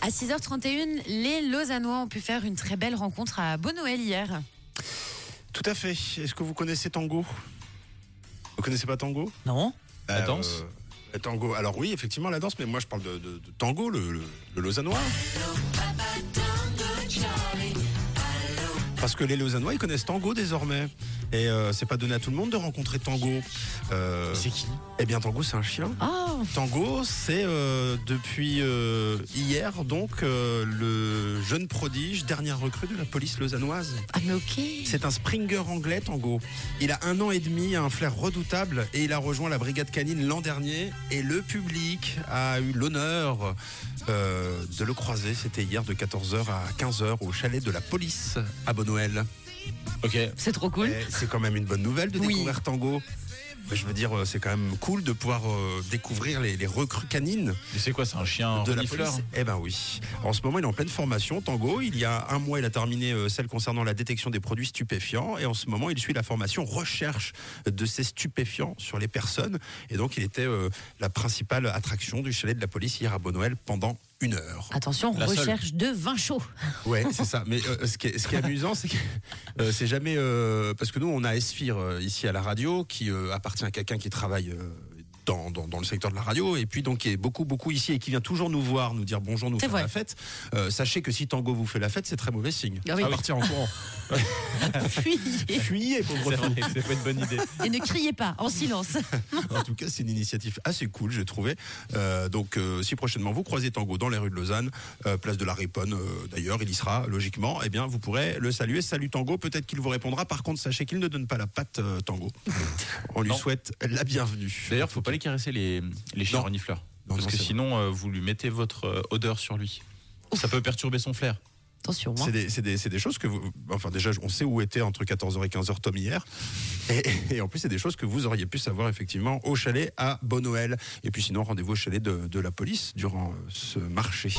À 6h31, les Lausannois ont pu faire une très belle rencontre à Beaunoël hier. Tout à fait. Est-ce que vous connaissez Tango Vous connaissez pas Tango Non La Euh, danse la Tango. Alors oui, effectivement, la danse, mais moi je parle de, de- de Tango, le, le, le Lausannois. Parce que les Lausannois, ils connaissent Tango désormais. Et euh, c'est pas donné à tout le monde de rencontrer Tango. Euh, C'est qui eh bien, Tango, c'est un chien. Oh, Tango, c'est euh, depuis euh, hier, donc, euh, le jeune prodige, dernière recrue de la police lausannoise. ah mais ok. C'est un Springer anglais, Tango. Il a un an et demi, un flair redoutable, et il a rejoint la brigade canine l'an dernier. Et le public a eu l'honneur euh, de le croiser. C'était hier de 14h à 15h au chalet de la police à Bonnoël. Ok. C'est trop cool. Eh, C'est quand même une bonne nouvelle de Oui. découvrir Tango. Mais Je veux dire, euh, c'est quand même cool de pouvoir euh, découvrir les, les recrues canines Mais c'est quoi C'est un chien de la renifleur police. Eh ben oui. En ce moment, il est en pleine formation, Tango. Il y a un mois, il a terminé euh, celle concernant la détection des produits stupéfiants. Et en ce moment, il suit la formation recherche de ces stupéfiants sur les personnes. Et donc, il était euh, la principale attraction du chalet de la police hier à Beaunoël pendant une heure. Attention, La seule. recherche de vin chaud. Ouais, c'est ça. Mais euh, ce, qui est, ce qui est amusant, c'est que euh, c'est jamais euh, parce que nous, on a Esfir euh, ici à la radio qui euh, appartient à quelqu'un qui travaille. euh, dans, dans, dans le secteur de la radio et puis donc qui est beaucoup beaucoup ici et qui vient toujours nous voir nous dire bonjour nous C'est faire vrai. la fête Euh, sachez que si Tango vous fait la fête c'est très mauvais signe Ah oui. à partir en courant Fuyez. fuyez pauvre C'est fille. vrai que c'est pas une bonne idée. Et ne criez pas, en silence. En tout cas, c'est une initiative assez cool, j'ai trouvé. Euh, donc, euh, si prochainement vous croisez Tango dans les rues de Lausanne, euh, place de la Riponne, euh, d'ailleurs, il y sera logiquement. Eh bien, vous pourrez le saluer. Salut Tango, peut-être qu'il vous répondra. Par contre, sachez qu'il ne donne pas la patte euh, Tango. On lui Non. souhaite la bienvenue. D'ailleurs, faut pas les caresser les, les chiens Non. renifleurs. Non, non, parce que c'est sinon, euh, vous lui mettez votre euh, odeur sur lui. Ça peut perturber son flair. Attention, hein. C'est des, c'est des- c'est des choses que vous. Enfin, déjà, on sait où était entre 14h et 15h Tom hier. Et, et en plus, c'est des choses que vous auriez pu savoir effectivement au chalet à Bon Noël. Et puis sinon, rendez-vous au chalet de, de la police durant euh, ce marché.